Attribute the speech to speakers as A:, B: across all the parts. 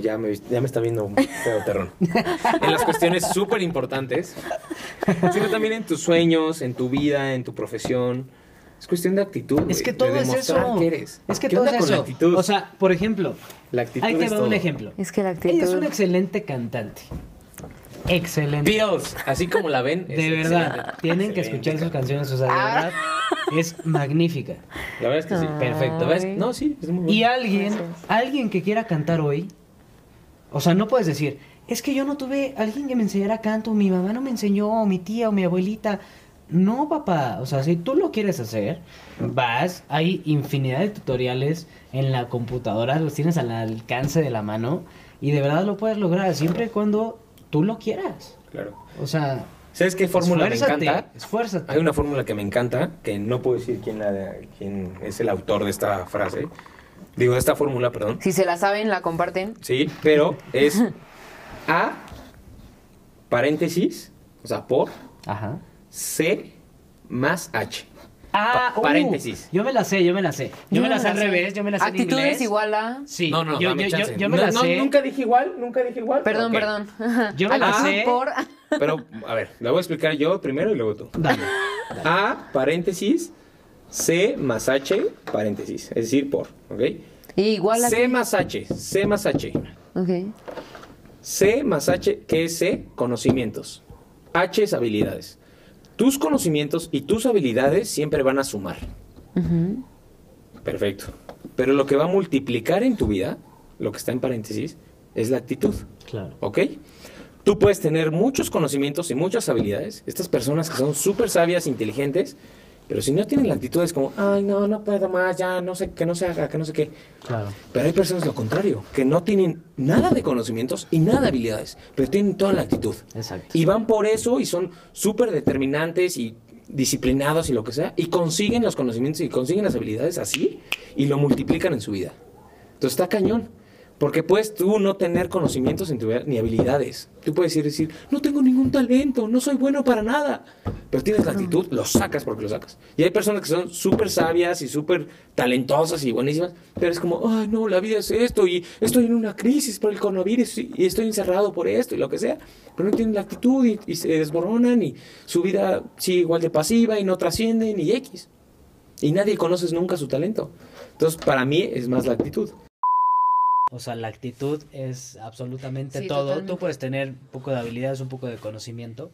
A: ya me, ya me está viendo feo terrón. en las cuestiones súper importantes, sino también en tus sueños, en tu vida, en tu profesión. Es cuestión de actitud.
B: Es que
A: güey,
B: todo
A: de
B: es
A: demostrar
B: eso.
A: que eres.
B: Es que
A: ¿Qué
B: todo
A: onda
B: es
A: con la
B: eso.
A: actitud?
B: O sea, por ejemplo,
A: La actitud
B: ahí te
A: es
B: va
A: todo.
B: un ejemplo.
C: Es que la actitud.
B: Ella es una excelente cantante. Excelente.
A: Pills, así como la ven. es
B: De verdad,
A: excelente.
B: tienen que escuchar sus canciones, o sea, de verdad es magnífica.
A: La verdad es que sí.
B: Perfecto.
A: La verdad es que- no, sí, es muy bueno.
B: Y alguien,
C: Gracias.
B: alguien que quiera cantar hoy, o sea, no puedes decir, es que yo no tuve alguien que me enseñara canto, mi mamá no me enseñó, o mi tía, o mi abuelita. No, papá, o sea, si tú lo quieres hacer, vas, hay infinidad de tutoriales en la computadora, los tienes al alcance de la mano, y de verdad lo puedes lograr siempre y cuando tú lo quieras.
A: Claro.
B: O sea,
A: ¿Sabes qué fórmula me
B: esfuérzate,
A: encanta?
B: Esfuérzate.
A: Hay una fórmula que me encanta, que no puedo decir quién, la- quién es el autor de esta frase. Digo, de esta fórmula, perdón.
C: Si se la saben, la comparten.
A: Sí, pero es A, paréntesis, o sea, por
B: Ajá.
A: C más H.
B: Ah,
A: Pa-
B: uh,
A: paréntesis.
B: yo me la sé, yo me la sé. Yo, me la sé al revés, yo me la sé en
C: Actitud
B: inglés.
C: es igual a.
B: Sí,
A: No, no,
B: yo,
A: dame
B: yo- yo-
A: chance.
B: yo me
A: No,
B: la
A: no,
B: sé.
A: Nunca dije igual, nunca dije igual. pero
C: Perdón,
A: ok.
C: perdón.
B: Yo me la
C: Actitud
B: sé.
C: por.
A: Pero, a ver, la voy a explicar yo primero y luego tú.
B: Dale.
A: A, paréntesis, C más H, paréntesis. Es decir, por, ¿ok?
C: Y igual a.
A: C más H, C más H.
C: Ok.
A: C más H, ¿qué es C? Conocimientos. H es habilidades. Tus conocimientos y tus habilidades siempre van a sumar. Perfecto. Pero lo que va a multiplicar en tu vida, lo que está en paréntesis, es la actitud.
B: Claro.
A: ¿Ok? Tú puedes tener muchos conocimientos y muchas habilidades. Estas personas que son súper sabias, inteligentes, pero si no tienen la actitud es como, ay, no, no puedo más, ya, no sé, que no se haga, que no sé qué.
B: Claro.
A: Pero hay personas lo contrario, que no tienen nada de conocimientos y nada de habilidades, pero tienen toda la actitud.
B: Exacto.
A: Y van por eso y son súper determinantes y disciplinados y lo que sea, y consiguen los conocimientos y consiguen las habilidades así y lo multiplican en su vida. Entonces está cañón. Porque puedes tú no tener conocimientos en tu vida, ni habilidades. Tú puedes ir y decir, no tengo ningún talento, no soy bueno para nada. Pero tienes la actitud, lo sacas porque lo sacas. Y hay personas que son súper sabias y súper talentosas y buenísimas, pero es como, ay, no, la vida es esto y estoy en una crisis por el coronavirus y y estoy encerrado por esto y lo que sea. Pero no tienen la actitud y, y se desboronan y su vida sigue igual de pasiva y no trascienden y X. Y nadie conoces nunca su talento. Entonces, para mí es más la actitud.
B: O sea, la actitud es absolutamente
C: Sí,
B: todo.
C: totalmente.
B: Tú puedes tener un poco de habilidades, un poco de conocimiento,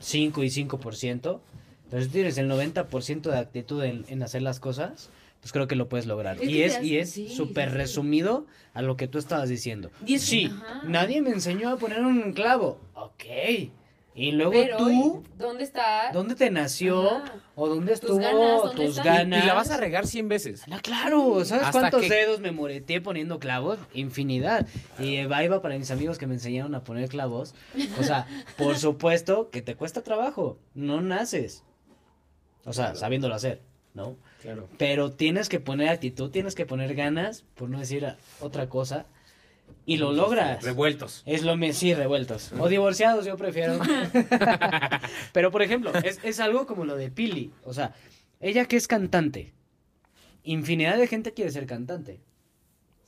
B: 5 y 5%, pero si tienes el 90% de actitud en, en hacer las cosas, pues creo que lo puedes lograr.
D: Es
B: y,
D: que
B: es,
D: te
B: y
D: hace-
B: es
D: sí,
B: súper
D: sí, sí.
B: resumido a lo que tú estabas diciendo.
D: Y es-
B: sí,
D: ajá.
B: nadie me enseñó a poner un clavo. Ok. Y luego
D: Pero,
B: tú,
D: ¿dónde está?
B: ¿dónde te nació?
D: Ajá.
B: ¿O dónde
D: Tus
B: estuvo
D: ganas, ¿dónde
B: tus
D: están?
B: ganas?
A: Y la vas a regar 100 veces.
B: Ah, claro, ¿sabes
A: Hasta
B: cuántos
A: que-
B: dedos me moreteé poniendo clavos? Infinidad. Y eh, ahí va para mis amigos que me enseñaron a poner clavos. O sea, por supuesto que te cuesta trabajo, no naces. O sea, sabiéndolo hacer, ¿no?
A: Claro.
B: Pero tienes que poner actitud, tienes que poner ganas, por no decir a- otra cosa, y lo logras.
A: Revueltos.
B: Es lo mismo, sí, revueltos. O divorciados, yo prefiero. Pero, por ejemplo, es, es algo como lo de Pili. O sea, ella que es cantante. Infinidad de gente quiere ser cantante.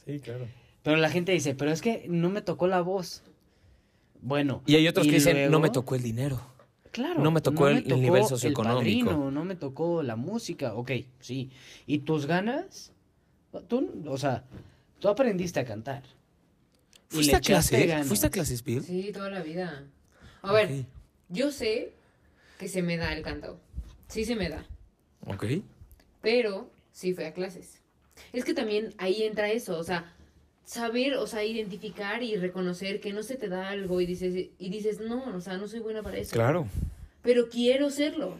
A: Sí, claro.
B: Pero la gente dice, pero es que no me tocó la voz. Bueno.
A: Y hay otros que dicen,
B: luego-
A: no me tocó el dinero.
B: Claro.
A: no me tocó el- el nivel socioeconómico.
B: padrino, no me tocó la música. Ok, sí. ¿Y tus ganas? Tú, o sea, tú aprendiste a cantar. Y
A: ¿Fuiste
B: le
A: a clase?
B: echaste ganas.
A: ¿Fuiste a clases, Bill?
D: Sí, toda la vida. A ver,
A: Ok.
D: yo sé que se me da el canto. Sí se me da.
A: Ok.
D: Pero sí fui a clases. Es que también ahí entra eso, o sea, saber, o sea, identificar y reconocer que no se te da algo y dices, y dices, no, o sea, no soy buena para eso.
A: Claro.
D: Pero quiero serlo.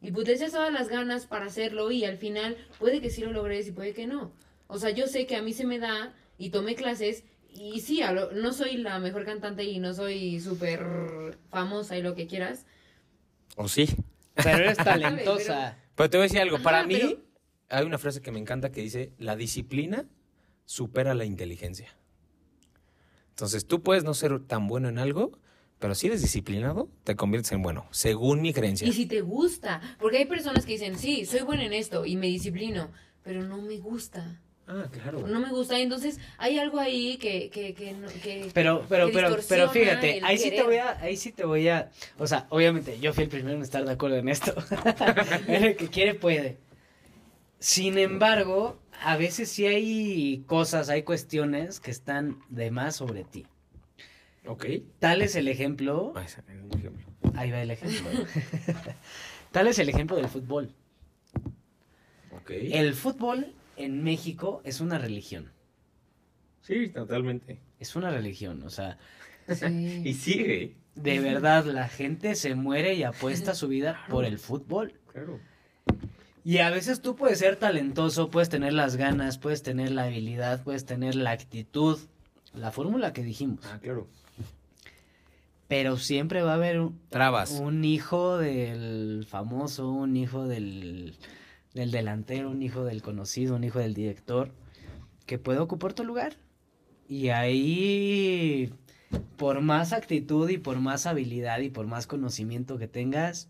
D: Y pues le echas todas las ganas para hacerlo y al final puede que sí lo logres y puede que no. O sea, yo sé que a mí se me da y tomé clases y sí, a lo- no soy la mejor cantante y no soy súper famosa y lo que quieras.
A: ¿O sí?
B: Pero eres
D: Pero-
B: talentosa.
A: Pero te voy a decir algo. Para
D: Ajá,
A: mí,
D: pero-
A: hay una frase que me encanta que dice, la disciplina supera la inteligencia. Entonces, tú puedes no ser tan bueno en algo, pero si eres disciplinado, te conviertes en bueno, según mi creencia.
D: Y si te gusta, porque hay personas que dicen, sí, soy buena en esto y me disciplino, pero no me gusta.
E: Ah, claro.
D: no me gusta. Entonces hay algo ahí que... que, que, no- que-
B: Pero, pero, pero,
D: que
B: pero
D: distorsiona
B: fíjate,
D: el
B: ahí sí te
D: querer.
B: voy a, ahí sí te voy a, o sea, obviamente yo fui el primero en estar de acuerdo en esto. el que quiere puede. Sin embargo, a veces sí hay cosas, hay cuestiones que están de más sobre ti.
E: Ok.
B: Tal es el ejemplo,
E: Ah, ese es un ejemplo.
B: ahí va el ejemplo. Tal es el ejemplo del fútbol.
E: Ok.
B: El fútbol en México es una religión.
E: Sí, totalmente.
B: Es una religión, o sea,
F: Sí.
E: Y sigue.
B: de verdad la gente se muere y apuesta su vida por el fútbol.
E: Claro.
B: Y a veces tú puedes ser talentoso, puedes tener las ganas, puedes tener la habilidad, puedes tener la actitud, la fórmula que dijimos.
E: Ah, claro.
B: Pero siempre va a haber un,
A: Trabas.
B: un hijo del famoso, un hijo del, del delantero, un hijo del conocido, un hijo del director, que puede ocupar tu lugar. Y ahí, por más actitud y por más habilidad y por más conocimiento que tengas,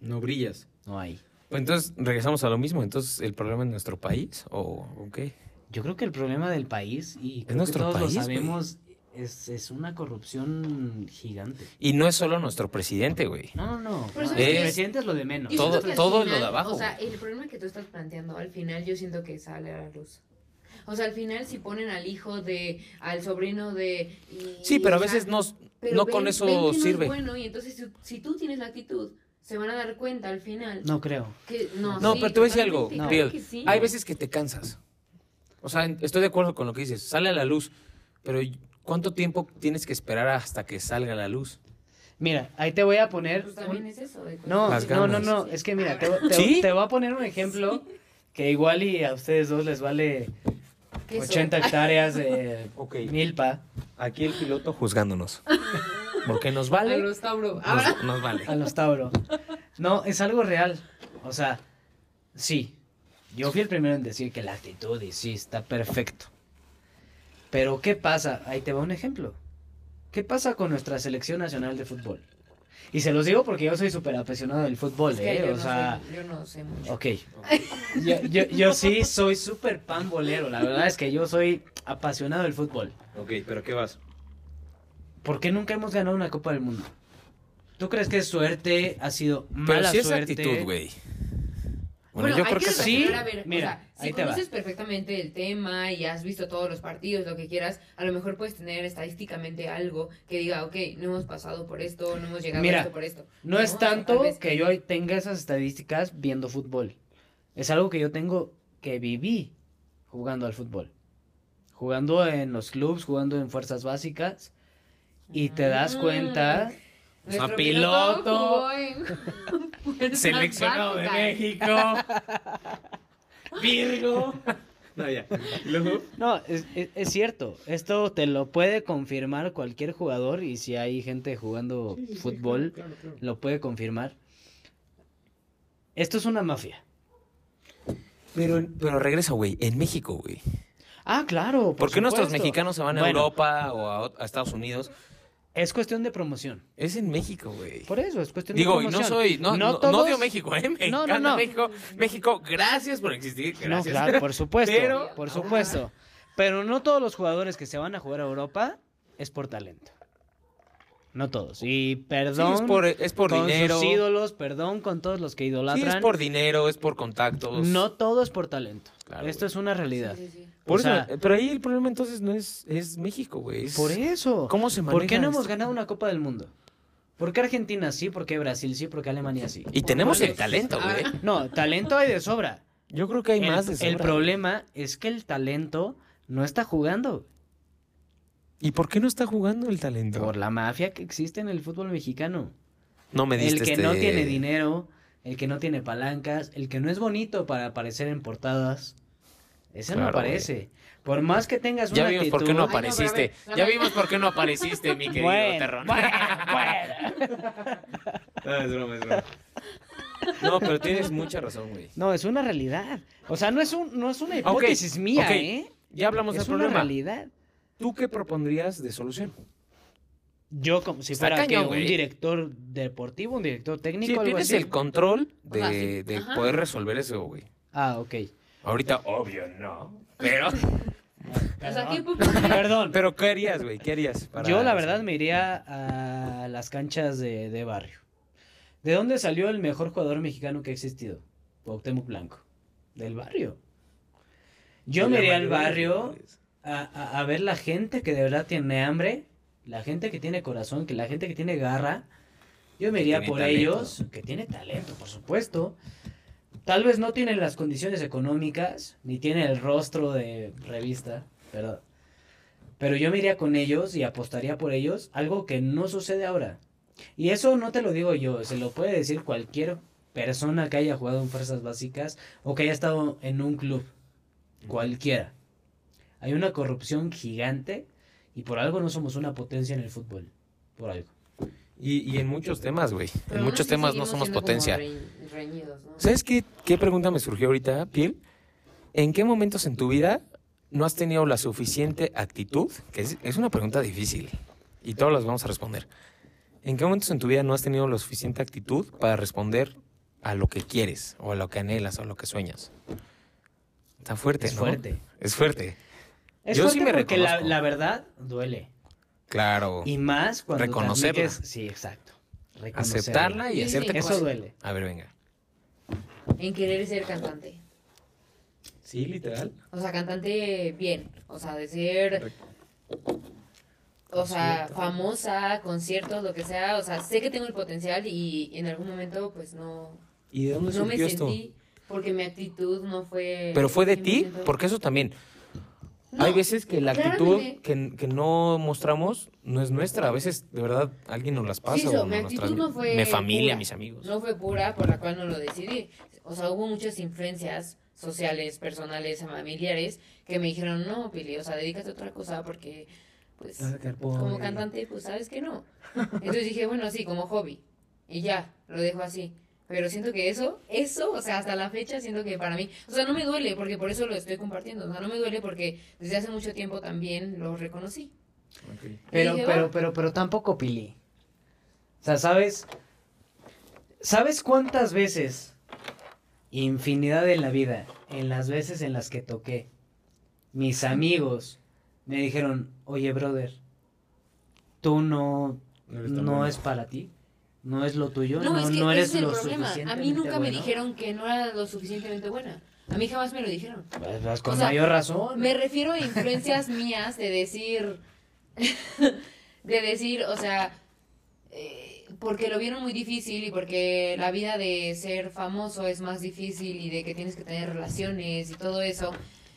E: No brillas.
B: no hay.
A: Pues Entonces, regresamos a lo mismo. Entonces, ¿el problema en nuestro país o o qué?
B: Yo creo que el problema del país, y creo
A: nuestro
B: que todos
A: país,
B: lo
A: güey.
B: sabemos, es, es una corrupción gigante.
A: Y no es solo nuestro presidente, güey.
B: No, no, no.
D: Pero
B: no,
D: ¿sabes
B: el
A: qué?
B: presidente es lo de menos.
D: Yo siento
A: Todo-
D: que al
A: todo lo de abajo,
D: O sea, el problema que tú estás planteando, al final yo siento que sale a la luz. O sea, al final si ponen al hijo de, al sobrino de... y-
A: Sí, pero a
D: o sea,
A: veces no,
D: pero
A: no
D: ven-
A: con
D: ven que
A: eso
D: no es
A: sirve.
D: bueno y entonces si, si tú tienes la actitud, se van a dar cuenta al final.
B: No creo.
D: que- no,
A: No,
D: sí,
A: pero te voy a decir algo,
D: totalmente,
B: Bill.
D: claro que sí.
A: Hay veces que te cansas. O sea, en- estoy de acuerdo con lo que dices. Sale a la luz, pero ¿cuánto tiempo tienes que esperar hasta que salga a la luz?
B: Mira, ahí te voy a poner.
D: Pues
B: un-
D: también es eso. de
B: No,
A: Las
B: no, no,
A: ganas.
B: no, es que mira, te, te-
A: ¿Sí?
B: te voy a poner un ejemplo que igual y a ustedes dos les vale
D: Que eso-
B: 80 hectáreas de
E: Ok.
B: milpa,
E: Aquí el piloto
A: Juzgándonos. Porque nos
D: A
A: vale.
D: los Tauro. Ahora,
A: Nos, nos vale.
B: a los Tauro. No, es algo real. O sea, sí, yo fui el primero en decir que la actitud y sí, está perfecto. Pero ¿qué pasa? Ahí te va un ejemplo. ¿Qué pasa con nuestra selección nacional de fútbol? Y se los digo porque yo soy súper apasionado del fútbol,
D: es que
B: ¿eh?
D: yo,
B: O
D: no
B: sea...
D: sé, yo no sé mucho.
B: Ok. Yo, yo- yo sí soy súper pambolero. La verdad es que yo soy apasionado del fútbol.
E: Ok, pero ¿qué vas?
B: ¿Por qué nunca hemos ganado una Copa del Mundo? ¿Tú crees que es suerte ha sido mala
A: pero sí es
B: suerte?
A: actitud, güey. Bueno,
D: Bueno,
A: yo
D: hay
A: creo que, es
B: sí.
D: reflexionar, a ver, o
B: Mira,
D: sea, si
B: ahí te va.
D: conoces perfectamente el tema y has visto todos los partidos, lo que quieras, a lo mejor puedes tener estadísticamente algo que diga, ok, no hemos pasado por esto, no hemos llegado
B: Mira,
D: a esto por esto.
B: No es
D: Tal
B: tanto
D: vez-
B: que yo tenga esas estadísticas viendo fútbol. Es algo que yo tengo que viví jugando al fútbol. Jugando en los clubs, jugando en fuerzas básicas. Y te das
D: Mm.
B: cuenta
D: Nuestro
A: sea,
D: piloto
B: piloto,
D: jugó en- fuerzas
A: Seleccionado de
D: básicas.
A: México. Virgo.
E: No, ya. Luego.
B: No, es, es- es cierto. Esto te lo puede confirmar cualquier jugador y si hay gente jugando fútbol, lo puede confirmar. Esto es una mafia.
A: Pero, pero regresa, güey. En México, güey.
B: Ah, claro.
A: ¿Por qué nuestros
B: supuesto.
A: mexicanos se van a
B: Bueno,
A: Europa o a, ot- a Estados Unidos?
B: Es cuestión de promoción.
A: Es en México, güey.
B: Por eso, es cuestión
A: Digo, y
B: de
A: no
B: promoción.
A: soy, no, no, no
B: todos-
A: odio México, ¿eh? Me
B: No, no,
A: encanta
B: no.
A: México. México, gracias por existir.
B: No,
A: Gracias.
B: claro, por supuesto.
A: Pero-
B: Por supuesto. Pero no todos los jugadores que se van a jugar a Europa es por talento. No todos. Y
A: Sí,
B: perdón.
A: es por, es por
B: con
A: dinero.
B: sus
A: Sí,
B: ídolos, perdón, con todos los que idolatran.
A: es por dinero, es por contactos.
B: No todo es por talento.
A: Claro,
B: Esto
A: güey.
B: es una realidad.
D: Sí, sí, sí.
A: Por
B: o
A: eso,
B: sea-
A: eh, pero ahí el problema entonces no es, es México, güey. es-
B: Por eso.
A: ¿Cómo se maneja
B: ¿Por qué no hemos
A: esto?
B: ganado una Copa del Mundo? ¿Por qué Argentina sí? ¿Por qué Brasil sí? ¿Por qué Alemania sí?
A: Y tenemos
D: Bueno,
A: el talento,
D: ahora-
A: güey.
B: No, talento hay de sobra.
A: Yo creo que hay
B: Ah. el,
A: más de
B: el
A: sobra.
B: problema es que el talento no está jugando
A: ¿Y por qué no está jugando el talento?
B: por la mafia que existe en el fútbol mexicano.
A: No me
B: El
A: diste
B: que
A: este-
B: no tiene dinero, el que no tiene palancas, el que no es bonito para aparecer en portadas. Ese no
A: Claro,
B: aparece. Por más que tengas una
A: Ya vimos por qué no
B: actitud-
D: Ay, no, pero a ver,
A: apareciste.
D: la
A: ya
D: verdad-
A: vimos por qué no apareciste, mi querido Terrón.
E: No, es broma, es broma.
A: No, pero tienes mucha razón, güey.
B: No, es una realidad. O sea, no es, un, no es una
A: Ok,
B: hipótesis mía,
A: ok.
B: ¿eh?
A: Ya hablamos
B: Es
A: del
B: una
A: problema.
B: realidad.
A: ¿Tú qué propondrías de solución?
B: Yo, como si
A: Está
B: fuera que
A: cañón,
B: un
A: güey.
B: director deportivo, un director
A: Sí,
B: técnico, algo
A: tienes
B: así.
A: el control
D: O sea,
A: de,
D: sí.
A: de
D: Ajá.
A: poder resolver eso, güey.
B: Ah, ok.
A: Ahorita, obvio, no. Pero,
D: O sea, ¿qué
B: Perdón.
D: poco-
B: Perdón.
A: pero ¿qué harías, güey? ¿Qué harías? Pues, para-
B: Yo la verdad me iría a las canchas de, de barrio. ¿De dónde salió el mejor jugador mexicano que ha existido? Cuauhtémoc Blanco. Del barrio. Yo
A: De
B: me
A: la
B: iría al
A: mayoría de
B: barrio
A: jugadores.
B: a, a- a ver la gente que de verdad tiene hambre, la gente que tiene corazón, que la gente que tiene garra. Yo me iría
A: tiene
B: por
A: talento.
B: ellos, que tiene talento, por supuesto. Tal vez no tienen las condiciones económicas, ni tienen el rostro de revista, ¿verdad? Pero yo me iría con ellos y apostaría por ellos, algo que no sucede ahora. Y eso no te lo digo yo, se lo puede decir cualquier persona que haya jugado en fuerzas básicas o que haya estado en un club, cualquiera. Hay una corrupción gigante y por algo no somos una potencia en el fútbol, por algo.
A: Y, y en muchos temas, güey.
D: Pero
A: En
D: aún
A: muchos
D: así
A: temas no
D: seguimos
A: somos
D: siendo como
A: potencia.
D: reñ- reñidos, ¿no?
A: ¿Sabes qué, qué pregunta me surgió ahorita, Piel? ¿En qué momentos en tu vida no has tenido la suficiente actitud? Que es, es una pregunta difícil y todos las vamos a responder. ¿En qué momentos en tu vida no has tenido la suficiente actitud para responder a lo que quieres o a lo que anhelas o a lo que sueñas? Está fuerte,
B: Es
A: ¿no?
B: fuerte.
A: Es fuerte.
B: Es
A: Yo sí
B: fuerte
A: me
B: porque la,
A: reconozco.
B: la verdad duele.
A: Claro.
B: Y más cuando
A: Reconocerla.
B: transmites- Sí, exacto. Reconocerla.
A: Aceptarla y
D: Sí, sí.
A: hacerte
D: Eso
A: cosas.
B: duele.
A: A ver, venga.
D: En querer ser cantante.
A: Sí, literal.
D: O sea, cantante bien. O sea, de ser. O sea, famosa, conciertos, lo que sea. O sea, sé que tengo el potencial y en algún momento, pues no.
A: ¿Y de dónde
D: No me
A: surgió esto?
D: sentí porque mi actitud no fue.
A: Pero fue de ti,
D: 100%.
A: porque eso también.
D: No,
A: Hay veces que la actitud
D: claramente.
A: que, que no mostramos no es nuestra. A veces, de verdad, alguien nos las pasa.
D: Sí,
A: o
D: so,
A: no
D: mi
A: nos
D: actitud
A: transmite.
D: no fue.
A: Mi familia,
D: pura.
A: mis amigos.
D: No fue pura, por la cual no lo decidí. O sea, hubo muchas influencias sociales, personales, familiares, que me dijeron, no, Pili, o sea, dedícate a otra cosa porque, pues,
A: Vas a quedar
D: como
A: pobre".
D: cantante, pues, sabes que no. Entonces dije, bueno, sí, como hobby. Y ya, lo dejo así. Pero siento que eso, eso, o sea, hasta la fecha siento que para mí, o sea, no me duele porque por eso lo estoy compartiendo, o sea, no me duele porque desde hace mucho tiempo también lo reconocí.
B: Pero,
D: dije,
B: pero,
D: "Va".
B: pero, pero tampoco Pili. O sea, ¿sabes? ¿Sabes cuántas veces? Infinidad en la vida. En las veces en las que toqué. Mis amigos me dijeron, oye, brother, tú no,
A: No
B: no,
A: eres tan bueno".
B: es para ti. No es lo tuyo.
D: No,
B: No,
D: es que
B: no eres
D: ese es el
B: lo
D: problema. A mí
B: suficientemente
D: nunca me
B: bueno.
D: dijeron que no era lo suficientemente buena. A mí jamás me lo dijeron.
B: Pues, pues, con
D: O sea,
B: mayor razón.
D: Me refiero a influencias mías de decir, de decir, o sea, eh, porque lo vieron muy difícil y porque la vida de ser famoso es más difícil y de que tienes que tener relaciones y todo eso.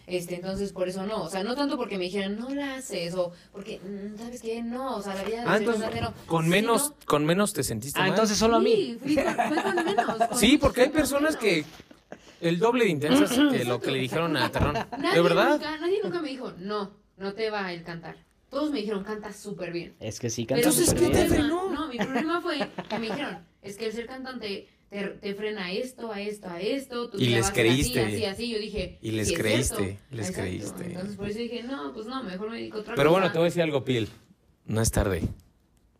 D: Este, entonces por eso no, o sea, no tanto porque me dijeran no la haces o porque mm, sabes qué, no, o sea, la vida de
A: Ah,
D: ser
A: entonces,
D: cantante no.
A: con
D: Sí,
A: menos,
D: no.
A: con menos te sentiste
B: Ah,
A: mal.
B: entonces solo a mí.
D: Sí, fui con- fue con menos, con
A: Sí, porque hay
D: muchísimo
A: personas
D: menos.
A: que el doble de intensas que lo que le dijeron a Terrón.
D: Nadie
A: De verdad.
D: Nunca, nadie nunca me dijo, no, no te va el cantar. Todos me dijeron, canta súper bien.
B: Es que sí,
D: Pero
B: cantas
A: Entonces,
D: mi
B: súper
A: ¿qué te
B: bien.
D: problema-
A: frenó?
D: No, mi problema fue que me dijeron, es que el ser cantante te, te frena a esto, a esto, a esto. Tú
A: Y
D: te
A: les
D: vas a hacer
A: creíste.
D: Así, así, así. Yo dije,
A: Y les
D: "Sí es
A: creíste,
D: cierto".
A: les
D: Exacto.
A: creíste.
D: Entonces, por eso dije, no, pues no, mejor me dedico a otra
A: Pero
D: cosa.
A: bueno, te voy a decir algo, Piel. No es tarde.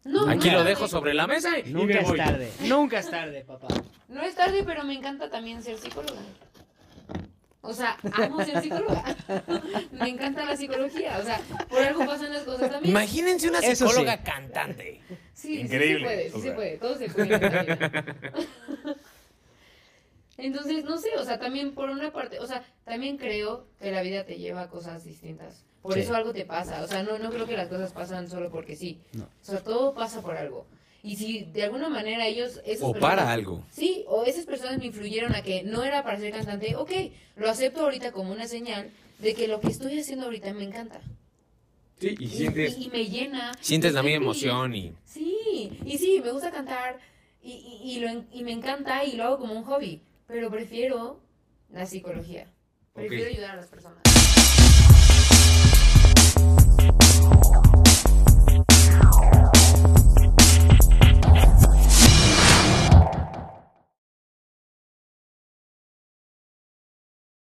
D: No,
A: Aquí
D: no
A: lo
D: es
A: dejo
D: tarde.
A: sobre la mesa y
B: Nunca
A: me
B: es
A: voy.
B: tarde. Nunca es tarde, papá.
D: No es tarde, pero me encanta también ser psicóloga. O sea, amo ser psicóloga. me encanta la psicología. O sea, por algo pasan las cosas también.
A: Imagínense una
B: Eso sí.
A: psicóloga cantante.
D: Sí,
A: Increíble,
D: Sí, se
A: o sea.
D: puede, sí se puede, todo se puede. en esta vida. Entonces, no sé, o sea, también por una parte, o sea, también creo que la vida te lleva a cosas distintas. Por
B: Sí.
D: eso algo te pasa, o sea, no, no creo que las cosas pasan solo porque sí. O sea, todo pasa por algo. Y si de alguna manera ellos... esas
A: O
D: personas-
A: para algo.
D: Sí, o esas personas me influyeron a que no era para ser cantante, ok, lo acepto ahorita como una señal de que lo que estoy haciendo ahorita me encanta.
A: Sí, y sientes.
D: y- y me llena.
A: Sientes
D: y
A: la
D: estoy
A: misma
D: feliz.
A: emoción y.
D: Sí, y sí, me gusta cantar y, y, y lo en- y me encanta y lo hago como un hobby, pero prefiero la psicología. Prefiero
A: Ok.
D: ayudar a las personas.